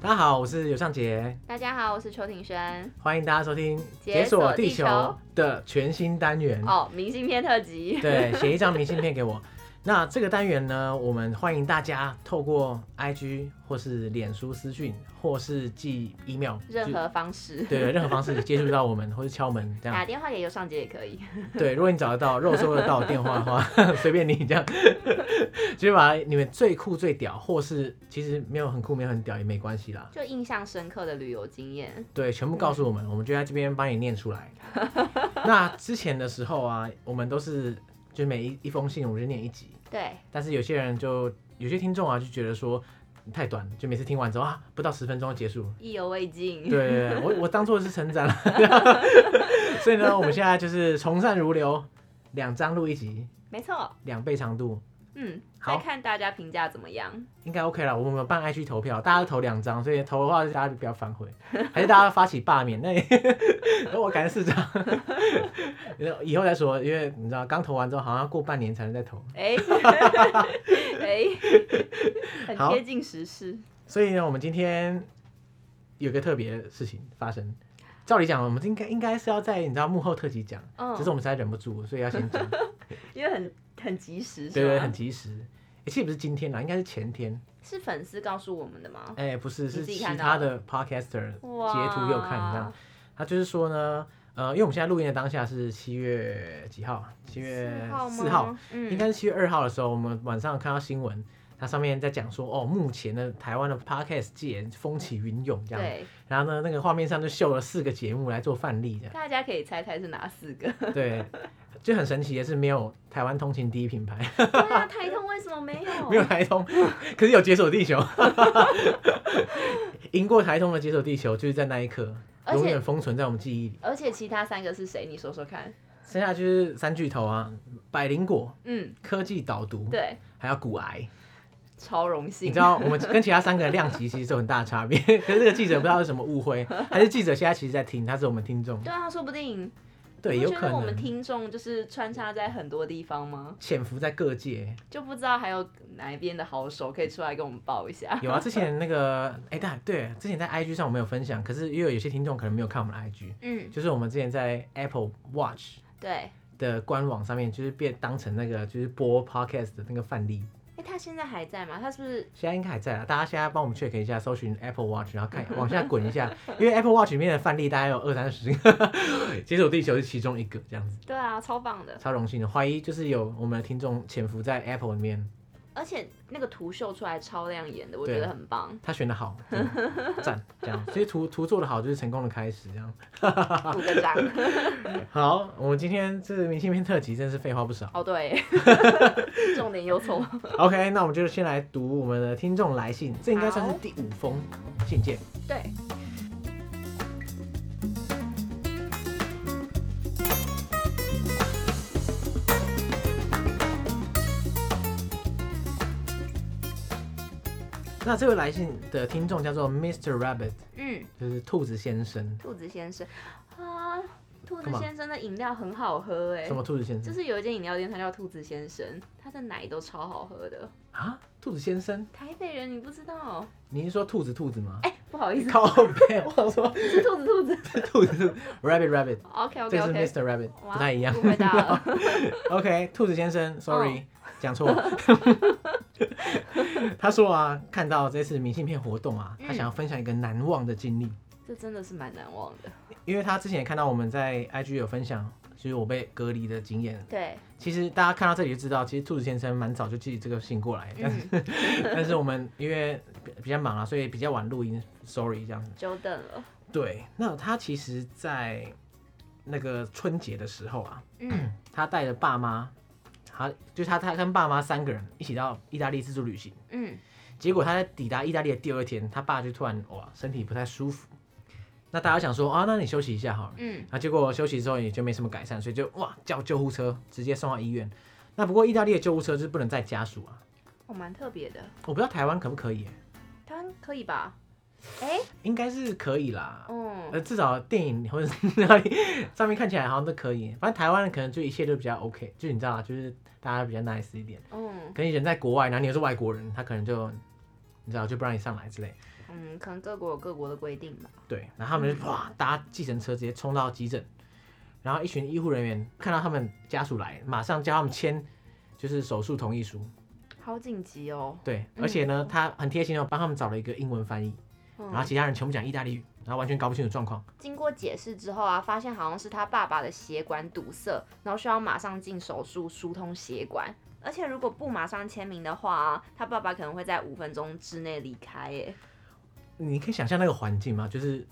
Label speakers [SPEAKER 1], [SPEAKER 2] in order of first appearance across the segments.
[SPEAKER 1] 大家好，我是尤尚杰，
[SPEAKER 2] 大家好，我是邱庭轩。
[SPEAKER 1] 欢迎大家收听《
[SPEAKER 2] 解锁地球
[SPEAKER 1] 的全新单元。
[SPEAKER 2] 哦，明信片特 辑。
[SPEAKER 1] 对，写一张明信片给我。 那这个单元呢，我们欢迎大家透过 IG 或是脸书私讯，或是寄 email，
[SPEAKER 2] 任何方式
[SPEAKER 1] 就，啊对任何方式接触到我们， 或是敲门这
[SPEAKER 2] 打
[SPEAKER 1] 样。
[SPEAKER 2] 电话给尤尚杰也可以。
[SPEAKER 1] 对，如果你找得到肉搜得到我电话的话， 随便你这样，就是把你们最酷最屌，或是其实没有很酷没有很屌也没关系啦。
[SPEAKER 2] 就印象深刻的旅游经验，
[SPEAKER 1] 对，全部告诉我们，我们就在这边帮你念出来。那之前的时候啊，我们都是就每一一封信，我们就念一集。
[SPEAKER 2] 对，
[SPEAKER 1] 但是有些人就有些听众啊，就觉得说太短，就每次听完之后啊，不到十分钟就结束。
[SPEAKER 2] 意犹未尽。
[SPEAKER 1] 对对对，我我当做是成长了。 所以呢，我们现在就是从善如流，两章录一集，
[SPEAKER 2] 没错，
[SPEAKER 1] 两倍长度，
[SPEAKER 2] 嗯，
[SPEAKER 1] 好
[SPEAKER 2] 再看大家评价怎 么样。
[SPEAKER 1] 应该 OK 了。我们有办 IG 投票，大家都投两张，所以投的话大家就不要反悔，还是大家发起罢免？那也 我改成四张，以后再说，因为你知道刚投完之后好像要过半年才能再投，
[SPEAKER 2] 哎、哎、 很
[SPEAKER 1] 好
[SPEAKER 2] 贴近时事。
[SPEAKER 1] 所以呢，我们今天有个特别的事情发生。照理讲，我们应该应该是要在你知道幕后特辑讲，
[SPEAKER 2] 嗯
[SPEAKER 1] 只是我们实在忍不住，所以要先 讲，对
[SPEAKER 2] 因为很很及时，
[SPEAKER 1] 对
[SPEAKER 2] 是
[SPEAKER 1] 对，
[SPEAKER 2] 吗
[SPEAKER 1] 很及时。诶其实不是今天啦，应该是前天。
[SPEAKER 2] 是粉丝告诉我们的吗？
[SPEAKER 1] 哎、不是，是
[SPEAKER 2] 哦自己
[SPEAKER 1] 其
[SPEAKER 2] 看到
[SPEAKER 1] 他的 podcaster 截图给我看，这样。
[SPEAKER 2] 哇，
[SPEAKER 1] 他就是说呢，呃，因为我们现在录音的当下是七月几号？七月
[SPEAKER 2] 四
[SPEAKER 1] 呃四
[SPEAKER 2] 号
[SPEAKER 1] 号
[SPEAKER 2] 吗，，嗯，
[SPEAKER 1] 应该是七月二号的时候，我们晚上看到新闻，它上面在讲说，哦，目前的台湾的 podcast 界风起云涌这样，
[SPEAKER 2] 对，
[SPEAKER 1] 然后呢，那个画面上就秀了四个节目来做范例的，
[SPEAKER 2] 大家可以猜猜是哪 四个？
[SPEAKER 1] 对，就很神奇的是没有台湾通勤第一品 牌，
[SPEAKER 2] 对啊，台通为什么没有？
[SPEAKER 1] 没有台通，可是有解锁地球， 赢过台通的解锁地球就是在那一刻，
[SPEAKER 2] 而且
[SPEAKER 1] 永远封存在我们记忆里。
[SPEAKER 2] 而且其他三个是谁？你说说看。
[SPEAKER 1] 剩下就是三巨头啊，百灵果。
[SPEAKER 2] 嗯，
[SPEAKER 1] 科技导读，
[SPEAKER 2] 对，
[SPEAKER 1] 还有骨癌。
[SPEAKER 2] 超荣
[SPEAKER 1] 你
[SPEAKER 2] 幸
[SPEAKER 1] 知。道我们跟其他三个量级其实是有很大的差别， 可是这个记者不知道是什么误会，还是记者现在其实在听，他是我们听众，
[SPEAKER 2] 对啊，说不定
[SPEAKER 1] 对，
[SPEAKER 2] 你
[SPEAKER 1] 有
[SPEAKER 2] 不觉
[SPEAKER 1] 可
[SPEAKER 2] 得我们
[SPEAKER 1] 能
[SPEAKER 2] 听众就是穿插在很多地方吗？
[SPEAKER 1] 潜伏在各界。
[SPEAKER 2] 就不知道还有哪一边的好手可以出来跟我们报一下。
[SPEAKER 1] 有啊，之前那个 哎，对对，之前在 IG 上我们有分享，可是因为有些听众可能没有看我们的 IG，
[SPEAKER 2] 嗯，
[SPEAKER 1] 就是我们之前在 Apple Watch
[SPEAKER 2] 对。哎、
[SPEAKER 1] 的官网上面，就是被当成那个就是播 Podcast 的那个范例，
[SPEAKER 2] 他现在还在吗？他是不是？
[SPEAKER 1] 现在应该还在啊，大家现在帮我们 check 一下，搜寻 Apple Watch，然后看 往下滚一下，因为 Apple Watch 里面的范例大概有二三十 个，解锁地球是其中一个，这样子
[SPEAKER 2] 对啊，超棒的。
[SPEAKER 1] 超荣幸的。怀疑就是有我们的听众潜伏在 Apple 里面，
[SPEAKER 2] 而且那个图秀出来超亮眼的，我
[SPEAKER 1] 对
[SPEAKER 2] 觉得很
[SPEAKER 1] 。
[SPEAKER 2] 棒
[SPEAKER 1] 他选的好，真的赞，这样，所以图 图做的好就是成功的开始，这样。
[SPEAKER 2] 鼓个 掌。
[SPEAKER 1] 好，我们今天这明信片特辑真是废话不少。
[SPEAKER 2] 哦， 对，重点又错。
[SPEAKER 1] OK，那我们就先来读我们的听众来信，这应该算是
[SPEAKER 2] 好
[SPEAKER 1] 第五封信件。
[SPEAKER 2] 对，
[SPEAKER 1] 那这位来信的听众叫做 Mr. Rabbit，
[SPEAKER 2] 嗯，
[SPEAKER 1] 就是兔子先生。
[SPEAKER 2] 兔子先生啊，兔
[SPEAKER 1] 干
[SPEAKER 2] 子
[SPEAKER 1] 嘛
[SPEAKER 2] 先生的饮料很好喝哎、
[SPEAKER 1] 什么兔子先生？
[SPEAKER 2] 就是有一间饮料店，它叫兔子先生，它的奶都超好喝的。
[SPEAKER 1] 啊，兔子先生，
[SPEAKER 2] 台北人你不知道？
[SPEAKER 1] 你是说兔子兔子吗？
[SPEAKER 2] 哎、不好意思，
[SPEAKER 1] 靠背，我想说
[SPEAKER 2] 是兔子兔子。
[SPEAKER 1] 兔子兔子 rabbit rabbit，
[SPEAKER 2] OK
[SPEAKER 1] 这
[SPEAKER 2] OK
[SPEAKER 1] 个是
[SPEAKER 2] OK，
[SPEAKER 1] Mr. Rabbit，不太一样。
[SPEAKER 2] 误会大 了。
[SPEAKER 1] OK，兔子先生
[SPEAKER 2] 哦
[SPEAKER 1] ，sorry，讲错。 他说啊，看到这次明信片活动啊，
[SPEAKER 2] 嗯
[SPEAKER 1] 他想要分享一个难忘的经历，
[SPEAKER 2] 这真的是蛮难忘的。
[SPEAKER 1] 因为他之前也看到我们在 IG 有分享，就是我被隔离的经验。
[SPEAKER 2] 对，
[SPEAKER 1] 其实大家看到这里就知道，其实兔子先生蛮早就寄这个信过来，但是、
[SPEAKER 2] 嗯，
[SPEAKER 1] 但是我们因为比比较忙啊，所以比较晚录音，sorry 这样子。
[SPEAKER 2] 久等了。
[SPEAKER 1] 对，那他其实，在那个春节的时候啊，
[SPEAKER 2] 嗯，
[SPEAKER 1] 他带着爸妈，他就是他他跟爸妈三个人一起到意大利自助旅行。
[SPEAKER 2] 嗯，
[SPEAKER 1] 结果他在抵达意大利的第二天，他爸就突然哇身体不太舒服。那大家想说啊，那你休息一下好了。
[SPEAKER 2] 嗯，
[SPEAKER 1] 那结果休息之后也就没什么改善，所以就哇叫救护车直接送到医院。那不过意大利的救护车就是不能载家属啊，
[SPEAKER 2] 我、哦蛮特别的，
[SPEAKER 1] 我不知道台湾可不可以欸、
[SPEAKER 2] 台湾可以吧？哎、
[SPEAKER 1] 应该是可以啦。
[SPEAKER 2] 嗯，
[SPEAKER 1] 呃，至少电影或者是哪里上面看起来好像都可以。反正台湾人可能就一切都比较 OK，就你知道啊，就是大家比较 nice 一点。
[SPEAKER 2] 嗯，
[SPEAKER 1] 可能人在国外，然后你又是外国人，他可能就你知道就不让你上来之类。
[SPEAKER 2] 嗯，可能各国有各国的规定吧。
[SPEAKER 1] 对，然后他们就哇搭计程车直接冲到急诊，然后一群医护人员看到他们家属来，马上叫他们签就是手术同意书。
[SPEAKER 2] 好紧急哦。
[SPEAKER 1] 对，
[SPEAKER 2] 嗯
[SPEAKER 1] 而且呢，他很贴心哦，帮他们找了一个英文翻译，然后
[SPEAKER 2] 嗯，
[SPEAKER 1] 其他人全部讲意大利语，然后完全搞不清楚状况。
[SPEAKER 2] 经过解释之后啊，发现好像是他爸爸的血管堵塞，然后需要马上进手术疏通血管。而且如果不马上签名的话、啊，他爸爸可能会在五分钟之内离开。耶。
[SPEAKER 1] 你可以想象那个环境吗？就是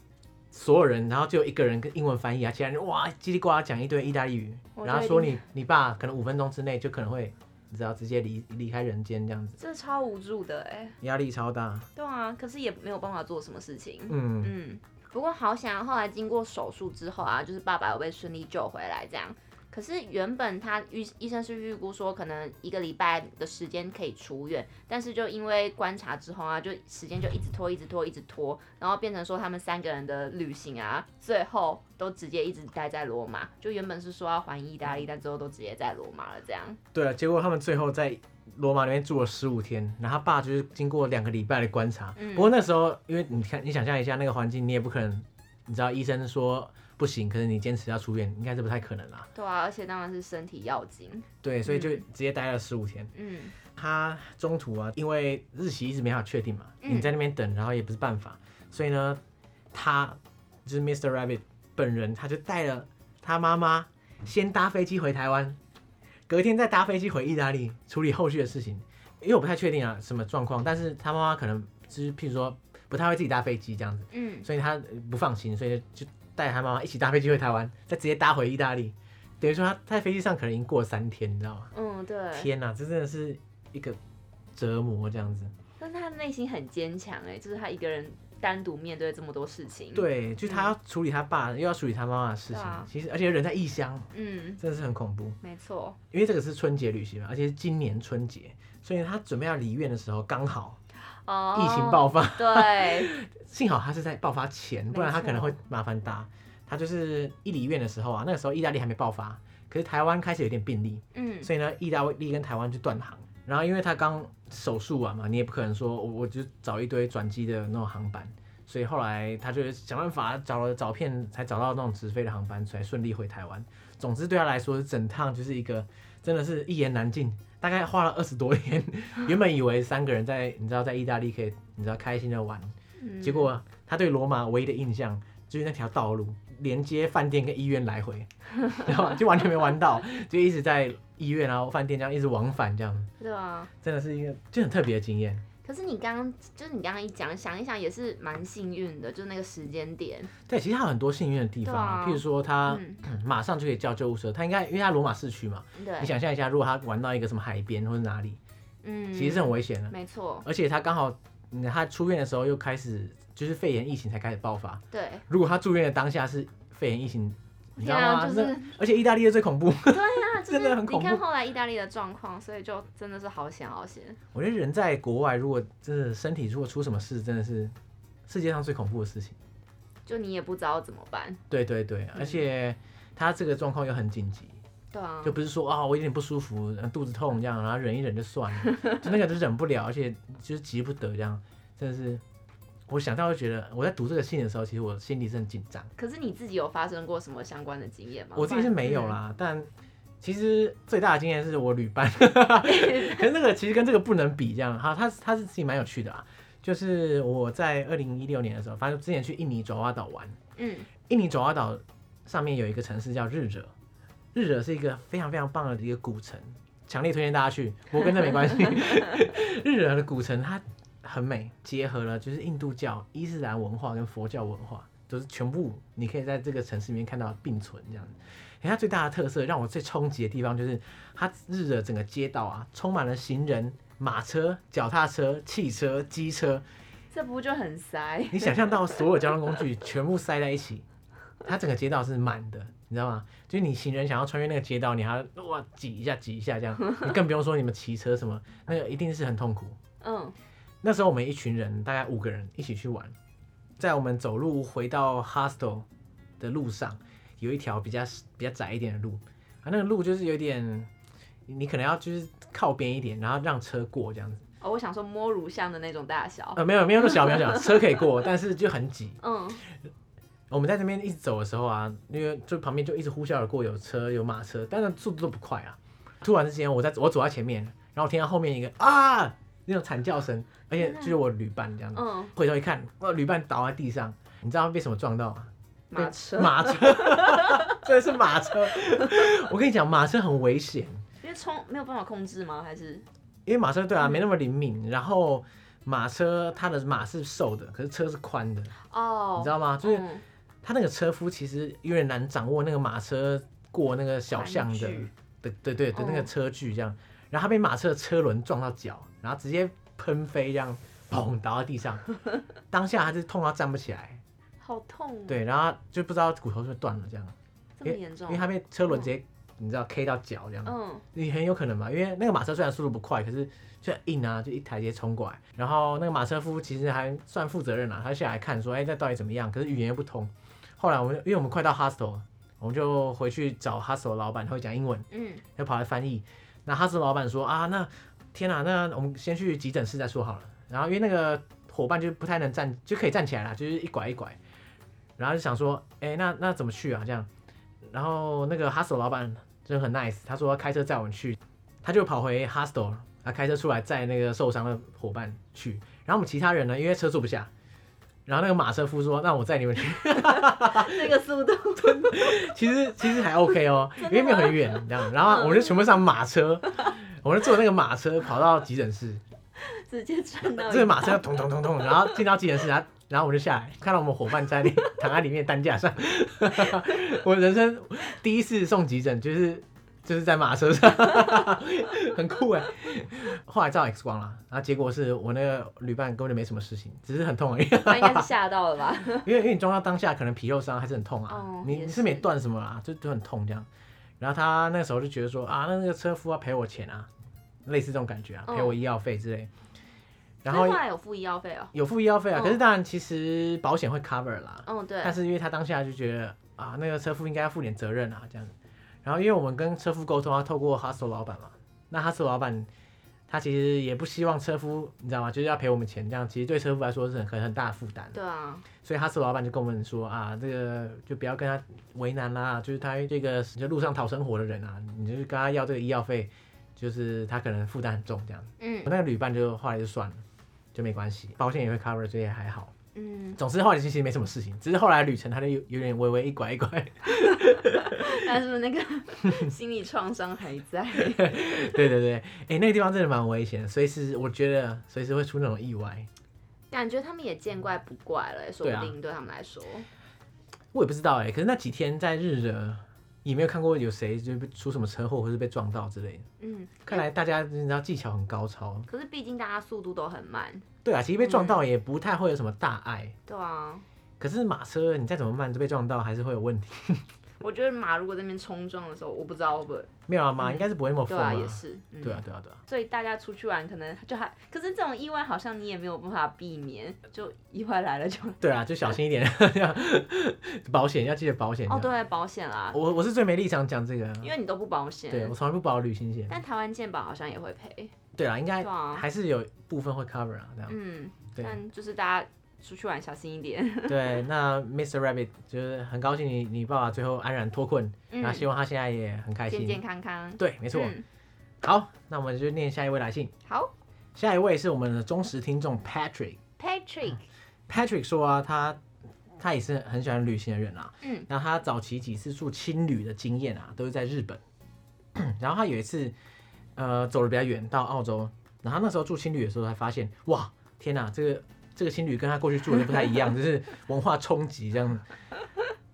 [SPEAKER 1] 所有人，然后就一个人跟英文翻译啊，其他人就哇叽里呱啦讲一堆意大利语，
[SPEAKER 2] 我
[SPEAKER 1] 然后
[SPEAKER 2] 觉得
[SPEAKER 1] 说
[SPEAKER 2] 一定
[SPEAKER 1] 你你爸可能五分钟之内就可能会，你知道直接离离开人间这样子，
[SPEAKER 2] 这超无助的哎。
[SPEAKER 1] 压力超大。
[SPEAKER 2] 对啊，可是也没有办法做什么事情。
[SPEAKER 1] 嗯，
[SPEAKER 2] 嗯，不过好想后来经过手术之后啊，就是爸爸有被顺利救回来这样。可是原本他预医生是预估说可能一个礼拜的时间可以出院，但是就因为观察之后啊，就时间就一直拖，一直拖，一直拖，然后变成说他们三个人的旅行啊，最后都直接一直待在罗马。就原本是说要环意大利，但最后都直接在罗马了这样。
[SPEAKER 1] 对啊，结果他们最后在罗马那边住了十五天，然后他爸就是经过两个礼拜的观察。
[SPEAKER 2] 嗯
[SPEAKER 1] 不过那时候，因为你看，你想象一下那个环境，你也不可能，你知道医生说不行，可是你坚持要出院，应该是不太可能啦。
[SPEAKER 2] 对啊，而且当然是身体要紧。
[SPEAKER 1] 对，所以就
[SPEAKER 2] 嗯
[SPEAKER 1] 直接待了十五天。
[SPEAKER 2] 嗯
[SPEAKER 1] 他中途啊，因为日期一直没法确定嘛，
[SPEAKER 2] 嗯
[SPEAKER 1] 你在那边等，然后也不是办法，所以呢，他就是 Mr. Rabbit 本人，他就带了他妈妈先搭飞机回台湾，隔天再搭飞机回意大利处理后续的事情。因为我不太确定啊什么状况，但是他妈妈可能就是譬如说不太会自己搭飞机这样子，
[SPEAKER 2] 嗯，
[SPEAKER 1] 所以他不放心，所以就带他妈妈一起搭飞机回台湾，再直接搭回意大利。等于说他他在飞机上可能已经过了三天，你知道吗？
[SPEAKER 2] 嗯对。
[SPEAKER 1] 天呐、这真的是一个折磨这样子。
[SPEAKER 2] 但是他内心很坚强哎，就是他一个人单独面对这么多事情。，
[SPEAKER 1] 对，就他要处理他爸，又要处理他妈妈的事情，
[SPEAKER 2] 嗯对啊
[SPEAKER 1] 其实而且人在异乡，
[SPEAKER 2] 嗯，
[SPEAKER 1] 真的是很恐怖。
[SPEAKER 2] 没错。
[SPEAKER 1] 因为这个是春节旅行嘛，而且是今年春节，所以他准备要离院的时候，刚好
[SPEAKER 2] 哦，
[SPEAKER 1] 疫情。爆发，
[SPEAKER 2] 对，
[SPEAKER 1] 幸好他是在爆发前，
[SPEAKER 2] 没
[SPEAKER 1] 不然他
[SPEAKER 2] 错
[SPEAKER 1] 可能会麻烦大。他就是一离院的时候啊，那个时候意大利还没爆发，可是台湾开始有点病例，
[SPEAKER 2] 嗯，
[SPEAKER 1] 所以呢，意大利跟台湾就断航。然后因为他刚手术完嘛，你也不可能说我我就找一堆转机的那种航班，所以后来他就想办法找了找遍，才找到那种直飞的航班，才顺利回台湾。总之对他来说，整趟就是一个真的是一言难尽，大概花了二十多天。原本以为三个人在你知道在意大利可以你知道开心的玩，
[SPEAKER 2] 嗯
[SPEAKER 1] 结果啊他对罗马唯一的印象就是那条道路连接饭店跟医院来回， 然后就完全没玩到，就一直在医院然后饭店这样一直往返这样，
[SPEAKER 2] 对啊。
[SPEAKER 1] 真的是一个就很特别的经验。
[SPEAKER 2] 可是你刚刚就是你刚刚一讲，想一想也是蛮幸运的，就是那个时间点。
[SPEAKER 1] 对，其实他有很多幸运的地方、
[SPEAKER 2] 对啊
[SPEAKER 1] 譬如说他、
[SPEAKER 2] 嗯，
[SPEAKER 1] 马上就可以叫救护车，他应该因为他罗马市区嘛，你
[SPEAKER 2] 对，
[SPEAKER 1] 想象一下，如果他玩到一个什么海边或者哪里，
[SPEAKER 2] 嗯，
[SPEAKER 1] 其实是很危险的。
[SPEAKER 2] 没错，
[SPEAKER 1] 而且他刚好，嗯，他出院的时候又开始就是肺炎疫情才开始爆发，
[SPEAKER 2] 对，
[SPEAKER 1] 如果他住院的当下是肺炎疫情，你知道吗？
[SPEAKER 2] 天啊就是
[SPEAKER 1] 那而且意大利又最恐怖。
[SPEAKER 2] 对 啊，就
[SPEAKER 1] 真的
[SPEAKER 2] 是
[SPEAKER 1] 很恐
[SPEAKER 2] 你
[SPEAKER 1] 怖
[SPEAKER 2] 看后来意大利的状况，所以就真的是好险好险。
[SPEAKER 1] 我觉得人在国外，如果真的身体如果出什么事，真的是世界上最恐怖的事情。嗯
[SPEAKER 2] 就你也不知道怎么办，
[SPEAKER 1] 对对对，而且他这个状况又很紧急，
[SPEAKER 2] 对啊
[SPEAKER 1] 就，不是说啊、我有点不舒服，呃肚子痛这样，然后忍一忍就算了， 就那个就忍不了，而且就是急不得这样，真的是。我想到就觉得，我在读这个信的时候，其实我心里是很紧张。
[SPEAKER 2] 可是你自己有发生过什么相关的经验吗？
[SPEAKER 1] 我自己是没有啦，但其实最大的经验是我旅伴，可是那个其实跟这个不能比，这样哈，它它是自己蛮有趣的啊。就是我在二零一六年的时候，反正之前去印尼爪哇岛玩，
[SPEAKER 2] 嗯，嗯，
[SPEAKER 1] 印尼爪哇岛上面有一个城市叫日惹，日惹是一个非常非常棒的一个古城，强烈推荐大家去。我跟这没关系，日惹的古城它很美，结合了就是印度教、伊斯兰文化跟佛教文化，都、是全部你可以在这个城市里面看到并存这样子。它最大的特色让我最冲击的地方就是，它日惹整个街道啊，充满了行人、马车、脚踏车、汽车、机车，
[SPEAKER 2] 这不就很塞？
[SPEAKER 1] 你想象到所有交通工具全部塞在一起，它整个街道是满的，你知道吗？就是你行人想要穿越那个街道，你还要哇挤一下挤一下这样，你更不用说你们骑车什么，那个一定是很痛苦。
[SPEAKER 2] 嗯，
[SPEAKER 1] 那时候我们一群人，大概五个人一起去玩，在我们走路回到 hostel 的路上，有一条比较比较窄一点的路，啊，那个路就是有点，你可能要就是靠边一点，然后让车过这样子。
[SPEAKER 2] 哦，我想说摸乳像的那种大小。
[SPEAKER 1] 呃，没有没有那么小，没有那么小，车可以过，但是就很挤。
[SPEAKER 2] 嗯，
[SPEAKER 1] 我们在那边一直走的时候啊，因为就旁边就一直呼啸而过，有车有马车，但是速度都不快啊。突然之间，我在我走在前面，然后听到后面一个啊那种惨叫声，而且就是我旅伴这样子。
[SPEAKER 2] 嗯，
[SPEAKER 1] 回头一看，我旅伴倒在地上，你知道被什么撞到吗？
[SPEAKER 2] 马车，
[SPEAKER 1] 马 车，真的是马车。我跟你讲，马车很危险，
[SPEAKER 2] 因为冲没有办法控制吗？还是
[SPEAKER 1] 因为马车对
[SPEAKER 2] 嗯
[SPEAKER 1] 啊没那么灵敏，然后马车它的马是瘦的，可是车是宽的，
[SPEAKER 2] 哦，
[SPEAKER 1] 你知道吗？就是
[SPEAKER 2] 嗯
[SPEAKER 1] 他那个车夫其实有点难掌握那个马车过那个小巷的
[SPEAKER 2] 玩具，
[SPEAKER 1] 对对对的那个
[SPEAKER 2] 嗯
[SPEAKER 1] 车距这样，然后他被马车的车轮撞到脚，然后直接喷飞这样，砰倒在地上，当下他就痛到站不起来，
[SPEAKER 2] 好痛，，哦
[SPEAKER 1] 对，然后就不知道骨头是不是断了这样，
[SPEAKER 2] 这么严重
[SPEAKER 1] 因为，他被车轮直接你知道 K 到脚这样，
[SPEAKER 2] 嗯，
[SPEAKER 1] 也很有可能嘛，因为那个马车虽然速度不快，可是就很硬啊，就一台直接冲过来。然后那个马车夫其实还算负责任啦、他下来看说，哎、这到底怎么样？可是语言又不通。后来我们因为我们快到 hostel，了我们就回去找 hostel 老板，他会讲英文，
[SPEAKER 2] 嗯，
[SPEAKER 1] 就跑来翻译。那 hostel 老板说啊，那天哪、那我们先去急诊室再说好了。然后因为那个伙伴就不太能站，就可以站起来啦，就是一拐一拐。然后就想说，哎、那那怎么去啊？这样。然后那个 hostel 老板真的很 nice，他说开车载我们去，他就跑回 hostel，他开车出来载那个受伤的伙伴去。然后我们其他人呢，因为车坐不下，然后那个马车夫说，那我载你们去。啊
[SPEAKER 2] 这个速度，
[SPEAKER 1] 其实其实还 OK 哦，因为没有很远这样。然后我们就全部上马车，我们就坐那个马车跑到急诊室，
[SPEAKER 2] 直接穿 到
[SPEAKER 1] 这个马车咚咚咚咚，然后进到急诊室，然后然后我就下来，看到我们伙伴在里躺在里面担架上。 我人生第一次送急诊，就是就是在马车上， 很酷哎。后来照 X 光了，然后结果是我那个旅伴根本就没什么事情，只是很痛而已。
[SPEAKER 2] 他应该是吓到了吧？
[SPEAKER 1] 因为因为你撞到当下可能皮肉伤还是很痛啊，
[SPEAKER 2] 哦
[SPEAKER 1] 你
[SPEAKER 2] 也
[SPEAKER 1] 你
[SPEAKER 2] 是
[SPEAKER 1] 是没断什么啊，就就很痛这样。然后他那时候就觉得说啊，那那个车夫要赔我钱啊，类似这种感觉啊，
[SPEAKER 2] 嗯
[SPEAKER 1] 赔我医药费之类。 然
[SPEAKER 2] 所
[SPEAKER 1] 后
[SPEAKER 2] 以后来有付医药费哦，
[SPEAKER 1] 有付医药费啊，
[SPEAKER 2] 嗯
[SPEAKER 1] 可是当然其实保险会 cover 啦，
[SPEAKER 2] 嗯，对，
[SPEAKER 1] 但是因为他当下就觉得啊，那个车夫应该要负点责任啊这样子。然后因为我们跟车夫沟通，啊他透过 hustle 老板嘛，那 hustle 老板他其实也不希望车夫你知道吗，就是要赔我们钱这样，其实对车夫来说是很很很大的负担。
[SPEAKER 2] 对啊，
[SPEAKER 1] 所以哈斯老板就跟我们说啊，这个就不要跟他为难啦，就是他这个就路上讨生活的人啊，你就是跟他要这个医药费，就是他可能负担很重这样。
[SPEAKER 2] 嗯
[SPEAKER 1] 我那个旅伴就后来就算了，就没关系，保险也会 cover，所以还好。
[SPEAKER 2] 嗯，
[SPEAKER 1] 总之后来其实没什么事情，只是后来旅程他就有有点微微一拐一 拐，
[SPEAKER 2] 但是那个 心理创伤还 在，
[SPEAKER 1] 对对对，哎、那个地方真的蛮危险的，随时我觉得随时会出那种意外。
[SPEAKER 2] 感觉他们也见怪不怪了，说
[SPEAKER 1] 对
[SPEAKER 2] 不
[SPEAKER 1] 啊
[SPEAKER 2] 定对他们来说，
[SPEAKER 1] 我也不知道哎、可是那几天在日惹也没有看过有谁就被出什么车祸或是被撞到之类的。
[SPEAKER 2] 嗯，
[SPEAKER 1] 看来大家你知道技巧很高超，
[SPEAKER 2] 可是毕竟大家速度都很慢，
[SPEAKER 1] 对啊，其实被撞
[SPEAKER 2] 嗯
[SPEAKER 1] 到也不太会有什么大碍。
[SPEAKER 2] 对啊，
[SPEAKER 1] 可是马车你再怎么慢，被撞到还是会有问题。
[SPEAKER 2] 我觉得马如果在那边冲撞的时候，我不知道会不会，
[SPEAKER 1] 没有啊，马应该是不会那么
[SPEAKER 2] 对
[SPEAKER 1] 疯
[SPEAKER 2] 啊，也是，嗯
[SPEAKER 1] 对啊，对啊，对啊。
[SPEAKER 2] 所以大家出去玩可能就还，可是这种意外好像你也没有办法避免，就意外来了就
[SPEAKER 1] 对啊，就小心一点， 保险要记得保险。
[SPEAKER 2] 哦，对，保险啦，
[SPEAKER 1] 我我是最没立场讲这个，
[SPEAKER 2] 因为你都不保
[SPEAKER 1] 对
[SPEAKER 2] 险
[SPEAKER 1] 我，从来不保旅行险。
[SPEAKER 2] 但台湾健保好像也会赔，
[SPEAKER 1] 对啊，应该
[SPEAKER 2] 对啊
[SPEAKER 1] 还是有部分会 cover 啊，这样。
[SPEAKER 2] 嗯，
[SPEAKER 1] 对
[SPEAKER 2] 但就是大家出去玩小心 一点，
[SPEAKER 1] 对，那 Mr. Rabbit 就是很高兴你你爸爸最后安然脱困，
[SPEAKER 2] 嗯
[SPEAKER 1] 那希望他现在也很开
[SPEAKER 2] 健健
[SPEAKER 1] 心。
[SPEAKER 2] 康康，
[SPEAKER 1] 对，没错。
[SPEAKER 2] 嗯，
[SPEAKER 1] 好，那我们就念下一位来信。
[SPEAKER 2] 好
[SPEAKER 1] 下一位是我们的忠实听众 Patrick。
[SPEAKER 2] ，Patrick，
[SPEAKER 1] Patrick 说啊，他他也是很喜欢旅行的人啊。
[SPEAKER 2] 嗯，
[SPEAKER 1] 然后他早期几次住青旅的经验啊，都是在日本。 然后他有一次，呃，走的比较远到澳洲，然后他那时候住青旅的时候才发现，哇，天哪，这个这个青旅跟他过去住的不太一样， 就是文化冲击这样。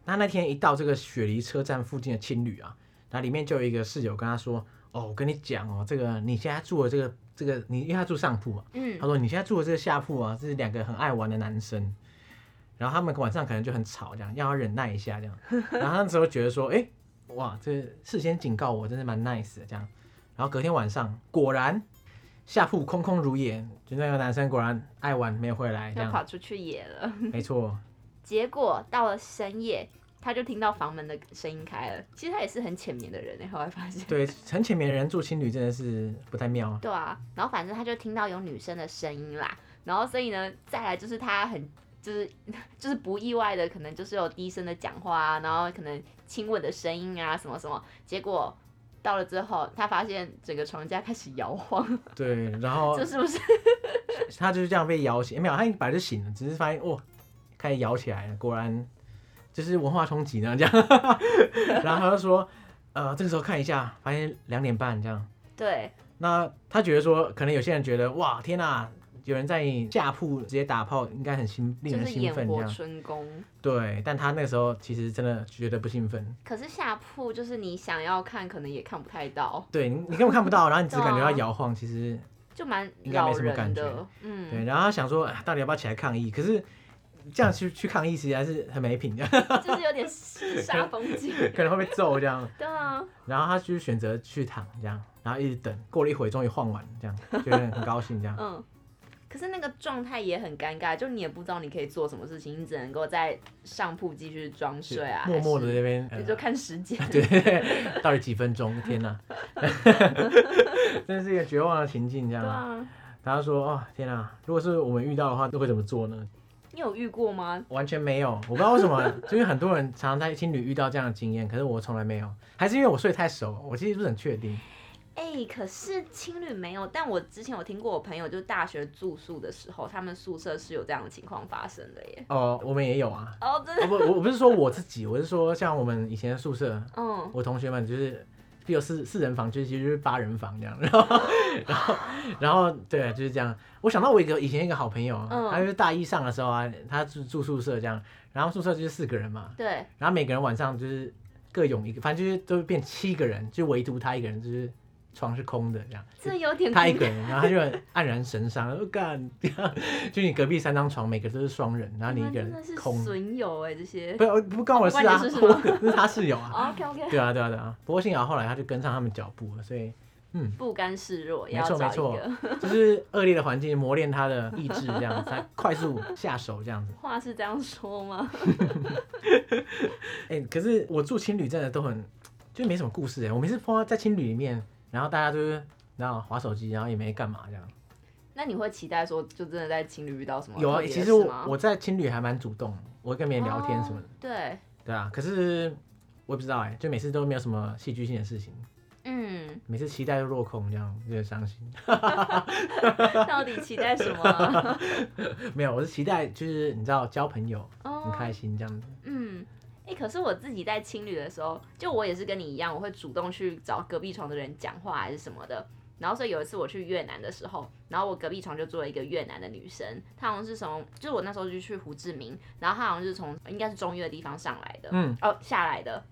[SPEAKER 1] 他那天一到这个雪梨车站附近的青旅啊，然后里面就有一个室友跟他说，哦，我跟你讲哦，这个你现在住的这个这个，你因为他住上铺嘛，
[SPEAKER 2] 嗯
[SPEAKER 1] 他说：“你现在住的这个下铺啊，是两个很爱玩的男生，然后他们晚上可能就很吵，这样要他忍耐一下这 样。然后他那时候觉得说，哎、哇，这事先警告我，真是蛮 nice 的这样。然后隔天晚上，果然下铺空空如也，就那个男生果然爱玩没有回来这
[SPEAKER 2] 要
[SPEAKER 1] 样，
[SPEAKER 2] 跑出去野了。
[SPEAKER 1] 没错，
[SPEAKER 2] 结果到了深夜，他就听到房门的声音开了。其实他也是很浅眠的人欸，后来发现。
[SPEAKER 1] 对，很浅眠的人住青旅真的是不太妙。
[SPEAKER 2] 对啊，然后反正他就听到有女生的声音啦，然后所以呢，再来就是他很就是就是不意外的，可能就是有低声的讲话啊，然后可能亲吻的声音啊什么什么，结果到了之后，他发现整个床架开始摇晃，
[SPEAKER 1] 对，然后
[SPEAKER 2] 这是不是？
[SPEAKER 1] 他就是这样被摇醒，没有，他本来就醒了，只是发现哦，开始摇起来了，果然就是文化冲击呢，这样。 然后他就说，呃，这个时候看一下，发现两点半这样。
[SPEAKER 2] 对
[SPEAKER 1] 那他觉得说，可能有些人觉得哇，天哪、有人在下铺直接打炮，应该很兴，令
[SPEAKER 2] 就
[SPEAKER 1] 人
[SPEAKER 2] 是
[SPEAKER 1] 兴
[SPEAKER 2] 演
[SPEAKER 1] 奋这
[SPEAKER 2] 活
[SPEAKER 1] 样。
[SPEAKER 2] 春宫。
[SPEAKER 1] 对，但他那个时候其实真的觉得不兴奋。
[SPEAKER 2] 可是下铺就是你想要看，可能也看不太到，
[SPEAKER 1] 对你，你根本看不到，然后你只
[SPEAKER 2] 对啊
[SPEAKER 1] 感觉到摇晃，其实
[SPEAKER 2] 就蛮
[SPEAKER 1] 应该没
[SPEAKER 2] 扰
[SPEAKER 1] 什么感
[SPEAKER 2] 人
[SPEAKER 1] 觉
[SPEAKER 2] 的。嗯，
[SPEAKER 1] 对。然后他想说，啊到底要不要起来抗议？可是这样去去抗议，其实还是很没品的，
[SPEAKER 2] 就是有点 失煞风景。
[SPEAKER 1] 可能会被揍这样。
[SPEAKER 2] 对啊，
[SPEAKER 1] 然后他就选择去躺这样，然后一直等，过了一会，终于晃完，这样觉得很高兴这样。
[SPEAKER 2] 嗯，可是那个状态也很尴尬，就你也不知道你可以做什么事情，你只能够在上铺继续装 睡啊，
[SPEAKER 1] 默默的
[SPEAKER 2] 还
[SPEAKER 1] 这边，
[SPEAKER 2] 是
[SPEAKER 1] 呃
[SPEAKER 2] 你就看时间。
[SPEAKER 1] 对， 到底几分钟？天 哪，真是一个绝望的情境，这
[SPEAKER 2] 对
[SPEAKER 1] 样啊。
[SPEAKER 2] 啊，
[SPEAKER 1] 他说：“哦，天哪，如果是我们遇到的话，都会怎么做呢
[SPEAKER 2] 你有遇过吗？？”
[SPEAKER 1] 完全没有，我不知道为什么， 就是很多人常常在青旅遇到这样的经验，可是我从来没有，还是因为我睡太熟，我其实不是很确定。
[SPEAKER 2] 哎、可是青旅没有，但我之前有听过我朋友，就是大学住宿的时候，他们宿舍是有这样的情况发生的耶。
[SPEAKER 1] 哦，我们也有啊，
[SPEAKER 2] 哦，真
[SPEAKER 1] 我
[SPEAKER 2] 的，
[SPEAKER 1] 不，我我不是说我自己，我是说像我们以前的宿舍，
[SPEAKER 2] 嗯，
[SPEAKER 1] 我同学们就是。比如四四人房，就是其实就是八人房这样，然后然后 然后对，啊就是这样。我想到我一个以前一个好朋友啊，
[SPEAKER 2] 嗯
[SPEAKER 1] 他就是大一上的时候啊，他住住宿舍这样，然后宿舍就是四个人嘛，
[SPEAKER 2] 对，
[SPEAKER 1] 然后每个人晚上就是各用一个，反正就是都变七个人，就唯独他一个人就是床是空的这样，
[SPEAKER 2] 这有点
[SPEAKER 1] 他一
[SPEAKER 2] 尴
[SPEAKER 1] 个人，然后他就很黯然神伤，说干这样，就你隔壁三张床，每个都是双人，然后
[SPEAKER 2] 尬，
[SPEAKER 1] 你一个
[SPEAKER 2] 真
[SPEAKER 1] 人
[SPEAKER 2] 的是
[SPEAKER 1] 空，
[SPEAKER 2] 损友哎，这些。哦
[SPEAKER 1] 不不关我的事啊，
[SPEAKER 2] 哦不
[SPEAKER 1] 我
[SPEAKER 2] 关
[SPEAKER 1] 那是他室友啊，
[SPEAKER 2] OK OK，
[SPEAKER 1] 对啊，对啊，对啊。不过幸好后来他就跟上他们脚步了，所以
[SPEAKER 2] 不甘示弱，也
[SPEAKER 1] 没
[SPEAKER 2] 要
[SPEAKER 1] 错
[SPEAKER 2] 找
[SPEAKER 1] 没
[SPEAKER 2] 一
[SPEAKER 1] 错
[SPEAKER 2] 个。，
[SPEAKER 1] 就是恶劣的环境磨练他的意志，这样子，他快速下手这样子。
[SPEAKER 2] 话是这样说吗？
[SPEAKER 1] 哎、可是我住青旅真的都很，就没什么故事哎、我每次碰到在青旅里面，然后大家就是然后划手机，然后也没干嘛这样。
[SPEAKER 2] 那你会期待说，就真的在情侣遇到什么
[SPEAKER 1] 有啊，
[SPEAKER 2] 特别的
[SPEAKER 1] 其实
[SPEAKER 2] 事
[SPEAKER 1] 我
[SPEAKER 2] 吗
[SPEAKER 1] 我在青旅还蛮主动，我会跟别人聊天什么的，
[SPEAKER 2] 哦对，
[SPEAKER 1] 对啊。可是我也不知道哎、就每次都没有什么戏剧性的事情，
[SPEAKER 2] 嗯，
[SPEAKER 1] 每次期待都落空，这样有点伤心。
[SPEAKER 2] 到底期待什 么？
[SPEAKER 1] 没有，我是期待就是你知道交朋友很
[SPEAKER 2] 哦，
[SPEAKER 1] 开心这样子。
[SPEAKER 2] 嗯。哎、可是我自己在青旅的时候，就我也是跟你一样，我会主动去找隔壁床的人讲话还是什么的。然后所以有一次我去越南的时候，然后我隔壁床就坐了一个越南的女生，她好像是从，就是我那时候就去胡志明，然后她好像是从应该是中越的地方上来的，
[SPEAKER 1] 嗯，
[SPEAKER 2] 哦下来的，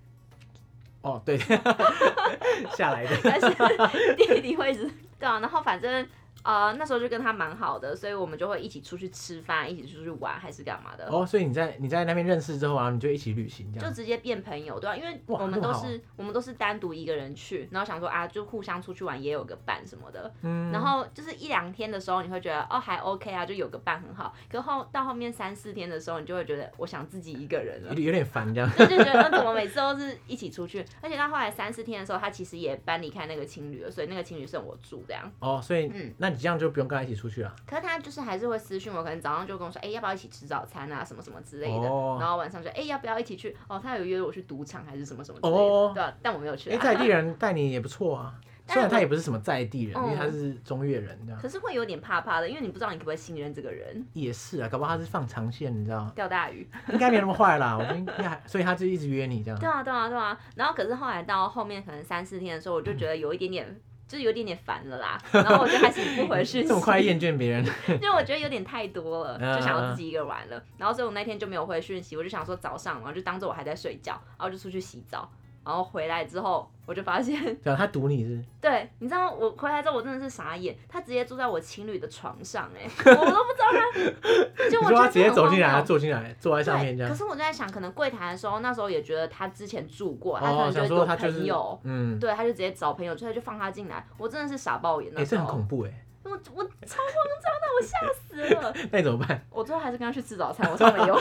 [SPEAKER 1] 哦，对， 下来的。
[SPEAKER 2] 但是 弟弟会一直对啊，然后反正呃那时候就跟他蛮好的，所以我们就会一起出去吃饭，一起出去玩还是干嘛的，
[SPEAKER 1] 哦，所以你在你在那边认识之后啊，你就一起旅行这
[SPEAKER 2] 就
[SPEAKER 1] 样。
[SPEAKER 2] 直接变朋友对啊，因为
[SPEAKER 1] 哇
[SPEAKER 2] 我们
[SPEAKER 1] 那
[SPEAKER 2] 都
[SPEAKER 1] 么好
[SPEAKER 2] 是我们都是单独一个人去，然后想说啊就互相出去玩也有个伴什么的，
[SPEAKER 1] 嗯，
[SPEAKER 2] 然后就是一两天的时候你会觉得哦还 OK 啊，就有个伴很好，可后到后面三四天的时候你就会觉得我想自己一个人 了
[SPEAKER 1] 有。点有点烦这样。
[SPEAKER 2] 就就觉得呃怎么每次都是一起出去，而且到后来三四天的时候，他其实也搬离开那个青旅了，所以那个青旅剩我住这样。
[SPEAKER 1] 哦，所以、
[SPEAKER 2] 嗯
[SPEAKER 1] 那你这样就不用跟他一起出去了。
[SPEAKER 2] 可是他就是还是会私讯我，可能早上就跟我说，哎、要不要一起吃早餐啊，什么什么之类的。
[SPEAKER 1] 哦
[SPEAKER 2] 然后晚上就，哎、要不要一起去？哦，他有约我去赌场还是什么什么之类的，
[SPEAKER 1] 哦
[SPEAKER 2] 对、啊，但我没有去、
[SPEAKER 1] 哎、
[SPEAKER 2] 啊。
[SPEAKER 1] 在地人带你也不错啊，
[SPEAKER 2] 但
[SPEAKER 1] 虽然他
[SPEAKER 2] 我
[SPEAKER 1] 也不是什么在地人，因为
[SPEAKER 2] 嗯
[SPEAKER 1] 他是中越人这样。
[SPEAKER 2] 可是会有点怕怕的，因为你不知道你可不可以信任这个人。
[SPEAKER 1] 也是啊，搞不好他是放长线，你知道，
[SPEAKER 2] 钓 大鱼，
[SPEAKER 1] 应该没那么坏啦。我觉得应该还，所以他就一直约你这样
[SPEAKER 2] 对。啊，对啊，对啊。然后可是后来到后面可能三四天的时候，我就觉得有一点点，就是有一点点烦了啦。然后我就开始不回讯 息，
[SPEAKER 1] 这么快厌倦别人，
[SPEAKER 2] 因为我觉得有点太多了，
[SPEAKER 1] 嗯
[SPEAKER 2] 就想要自己一个人玩了。然后所以我那天就没有回讯息，我就想说早上，然后就当做我还在睡觉，然后就出去洗澡。然后回来之后，我就发现，
[SPEAKER 1] 对啊，他堵你是
[SPEAKER 2] 对，你知道我回来之后我真的是傻眼，他直接住在我情侣的床上、哎，我都不知 道他，就
[SPEAKER 1] 你说
[SPEAKER 2] 我觉
[SPEAKER 1] 他
[SPEAKER 2] 得
[SPEAKER 1] 直接走进来，
[SPEAKER 2] 很
[SPEAKER 1] 他
[SPEAKER 2] 荒谬
[SPEAKER 1] 坐进来，坐在上面这
[SPEAKER 2] 对，可
[SPEAKER 1] 样。
[SPEAKER 2] 是我就在想，可能柜台的时候，那时候也觉得他之前住过，他可
[SPEAKER 1] 哦，
[SPEAKER 2] 能
[SPEAKER 1] 想
[SPEAKER 2] 就
[SPEAKER 1] 说
[SPEAKER 2] 有
[SPEAKER 1] 他就是
[SPEAKER 2] 朋友，
[SPEAKER 1] 嗯，
[SPEAKER 2] 对，他就直接找朋友，所以他就放他进来，我真的是傻爆眼
[SPEAKER 1] 哎、
[SPEAKER 2] 那时
[SPEAKER 1] 这
[SPEAKER 2] 候。
[SPEAKER 1] 很恐怖哎、
[SPEAKER 2] 我我超慌张的，我吓死了。
[SPEAKER 1] 那你怎么办？
[SPEAKER 2] 我最后还是跟他去吃早餐，我 超没用，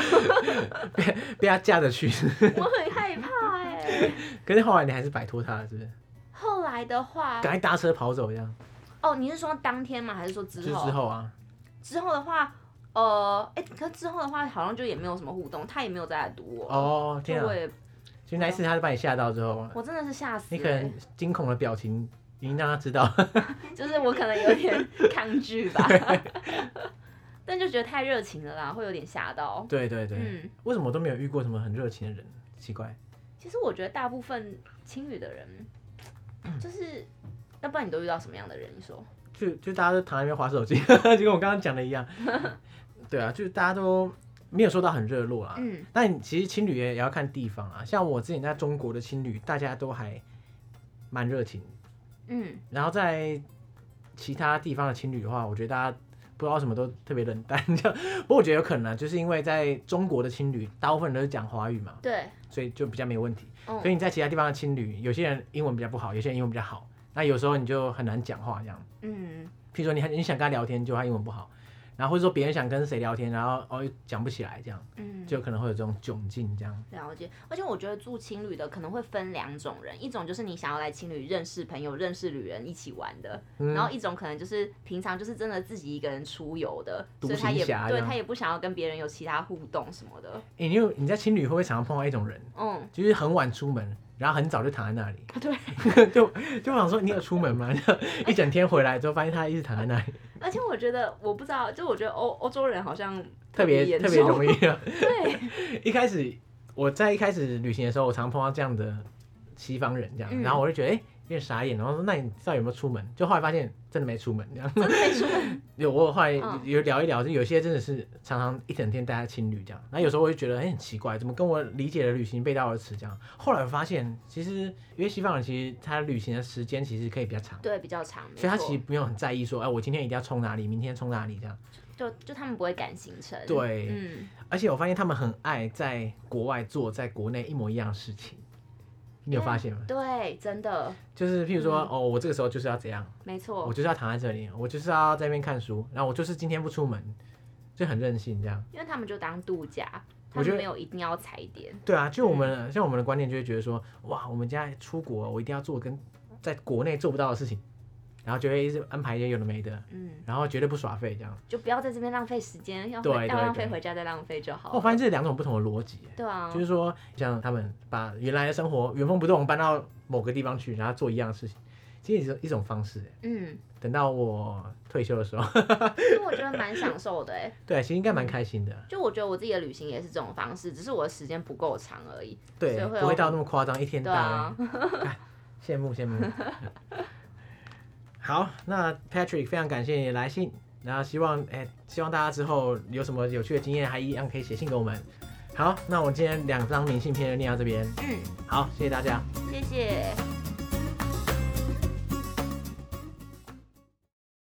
[SPEAKER 1] 被他架着去，
[SPEAKER 2] 我很害怕哎、
[SPEAKER 1] 可是后来你还是摆脱他了，是不是？
[SPEAKER 2] 后来的话，
[SPEAKER 1] 赶快搭车跑走这样，
[SPEAKER 2] 哦，你是说当天吗？还是说
[SPEAKER 1] 就
[SPEAKER 2] 之
[SPEAKER 1] 是之
[SPEAKER 2] 后？
[SPEAKER 1] 后啊，
[SPEAKER 2] 之后的话，呃，哎、可是之后的话，好像就也没有什么互动，他也没有再来堵我。
[SPEAKER 1] 哦
[SPEAKER 2] 就
[SPEAKER 1] 天啊
[SPEAKER 2] 我！也，
[SPEAKER 1] 就那一次他就把你吓到之后，
[SPEAKER 2] 我真的是吓死、欸
[SPEAKER 1] 你可能惊恐的表情已经让他知道，
[SPEAKER 2] 就是我可能有点抗拒吧， 但就觉得太热情了啦，会有点吓到。
[SPEAKER 1] 对对对，
[SPEAKER 2] 嗯，
[SPEAKER 1] 为什么我都没有遇过什么很热情的人？奇怪，
[SPEAKER 2] 其实我觉得大部分青旅的人，
[SPEAKER 1] 嗯
[SPEAKER 2] 就是，要不然你都遇到什么样的人？你说，
[SPEAKER 1] 就就大家都躺在那边划手 机，就跟我刚刚讲的一样。对啊，就是大家都没有说到很热络啦。
[SPEAKER 2] 嗯，
[SPEAKER 1] 那你其实青旅也也要看地方啊，像我之前在中国的青旅，大家都还蛮热情，
[SPEAKER 2] 嗯，
[SPEAKER 1] 然后在其他地方的青旅的话，我觉得大家不知道为什么都特别冷淡，这样。 不过我觉得有可能啊，就是因为在中国的青旅，大部分人都是讲华语嘛，
[SPEAKER 2] 对，
[SPEAKER 1] 所以就比较没问题。
[SPEAKER 2] 嗯
[SPEAKER 1] 所以你在其他地方的青旅，有些人英文比较不好，有些人英文比较好，那有时候你就很难讲话这样。
[SPEAKER 2] 嗯，
[SPEAKER 1] 譬如说你很你想跟他聊天，就他英文不好，然后或者说别人想跟谁聊天，然后哦又讲不起来这样，
[SPEAKER 2] 嗯，
[SPEAKER 1] 就可能会有这种窘境这样。
[SPEAKER 2] 了解，而且我觉得住青旅的可能会分两种人，一种就是你想要来青旅认识朋友、认识旅人一起玩的，
[SPEAKER 1] 嗯
[SPEAKER 2] 然后一种可能就是平常就是真的自己一个人出游的，
[SPEAKER 1] 独
[SPEAKER 2] 所以他
[SPEAKER 1] 行
[SPEAKER 2] 也
[SPEAKER 1] 侠这
[SPEAKER 2] 对
[SPEAKER 1] 样
[SPEAKER 2] 他也不想要跟别人有其他互动什么的。
[SPEAKER 1] 诶哎你有你在青旅会不会常常碰到一种人，
[SPEAKER 2] 嗯，
[SPEAKER 1] 就是很晚出门，然后很早就躺在那里？
[SPEAKER 2] 对。
[SPEAKER 1] 就就想说你有出门吗？ 一整天回来之后，发现他一直躺在那 里，
[SPEAKER 2] 而且我觉得我不知道，就我觉得欧欧洲人好像
[SPEAKER 1] 特别
[SPEAKER 2] 严
[SPEAKER 1] 特别
[SPEAKER 2] 重
[SPEAKER 1] 容易。
[SPEAKER 2] 对，
[SPEAKER 1] 一开始我在一开始旅行的时候，我常碰到这样的西方人，这样，
[SPEAKER 2] 嗯
[SPEAKER 1] 然后我就觉得哎、诶有点傻眼，然后说那你到底有没有出门？就后来发现真的没出门，这样。
[SPEAKER 2] 真的没出门。
[SPEAKER 1] 有我后来
[SPEAKER 2] 嗯
[SPEAKER 1] 有聊一聊，就有些真的是常常一整天待在青旅这样，那有时候我就觉得哎很奇怪，怎么跟我理解的旅行背道而驰这样。后来我发现，其实因为西方人其实他旅行的时间其实可以比较长。
[SPEAKER 2] 对，比较长，没
[SPEAKER 1] 所以他
[SPEAKER 2] 错
[SPEAKER 1] 其实没有很在意说，哎、我今天一定要冲哪里，明天冲哪里这样。
[SPEAKER 2] 就就他们不会赶行程。
[SPEAKER 1] 对
[SPEAKER 2] 嗯，
[SPEAKER 1] 而且我发现他们很爱在国外做在国内一模一样的事情，你有发现吗？
[SPEAKER 2] 对，真的
[SPEAKER 1] 就是譬如说，
[SPEAKER 2] 嗯哦
[SPEAKER 1] 哦，我这个时候就是要怎样，
[SPEAKER 2] 没
[SPEAKER 1] 我
[SPEAKER 2] 错，
[SPEAKER 1] 就是要躺在这里，我就是要在那边看书，然后我就是今天不出门，就很任性这样。
[SPEAKER 2] 因为他们就当度假，他
[SPEAKER 1] 我觉得
[SPEAKER 2] 们没有一定要踩点。
[SPEAKER 1] 对啊，就我们
[SPEAKER 2] 嗯
[SPEAKER 1] 像我们的观念就会觉得说，哇，我们家出国，我一定要做跟在国内做不到的事情，然后就会一直安排一些有的没的，
[SPEAKER 2] 嗯。
[SPEAKER 1] 然后绝对不耍废这样。
[SPEAKER 2] 就不要在这边浪费时间，要
[SPEAKER 1] 对
[SPEAKER 2] 回要
[SPEAKER 1] 对
[SPEAKER 2] 浪
[SPEAKER 1] 对
[SPEAKER 2] 费回家再浪费就好了。
[SPEAKER 1] 我发现这是两种不同的逻辑耶。
[SPEAKER 2] 对啊，
[SPEAKER 1] 就是说，像他们把原来的生活原封不动搬到某个地方去，然后做一样的事情，其实也是一种方式耶。
[SPEAKER 2] 嗯，
[SPEAKER 1] 等到我退休的时候，
[SPEAKER 2] 其实我觉得蛮享受的哎、
[SPEAKER 1] 对，其实应该蛮开心的。
[SPEAKER 2] 就我觉得我自己的旅行也是这种方式，只是我的时间不够长而已。
[SPEAKER 1] 对
[SPEAKER 2] 所以，会有
[SPEAKER 1] 不会到那么夸张，一天
[SPEAKER 2] 对
[SPEAKER 1] 大
[SPEAKER 2] 啊，
[SPEAKER 1] 羡慕 羡慕。好，那 Patrick 非常感谢你的来信，然后希望哎、希望大家之后有什么有趣的经验，还一样可以写信给我们。好，那我今天两张明信片就念到这边，
[SPEAKER 2] 嗯，
[SPEAKER 1] 好，谢谢大家。
[SPEAKER 2] 谢谢。